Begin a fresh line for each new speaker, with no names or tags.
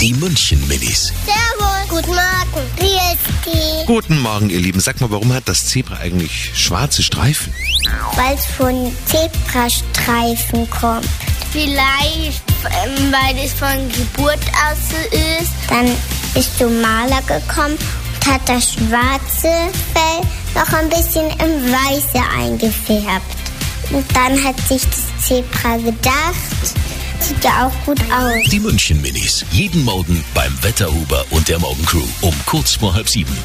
Die München-Minis.
Servus. Guten Morgen. Wie ist
Guten Morgen, ihr Lieben. Sag mal, warum hat das Zebra eigentlich schwarze Streifen?
Weil es von Zebrastreifen kommt. Vielleicht, ähm, weil es von Geburt aus so ist. Dann ist der Maler gekommen und hat das schwarze Fell noch ein bisschen in Weiße eingefärbt. Und dann hat sich das Zebra gedacht, sieht ja auch gut aus.
Die München-Minis. Jeden Morgen beim Wetterhuber und der Morgencrew um kurz vor halb sieben.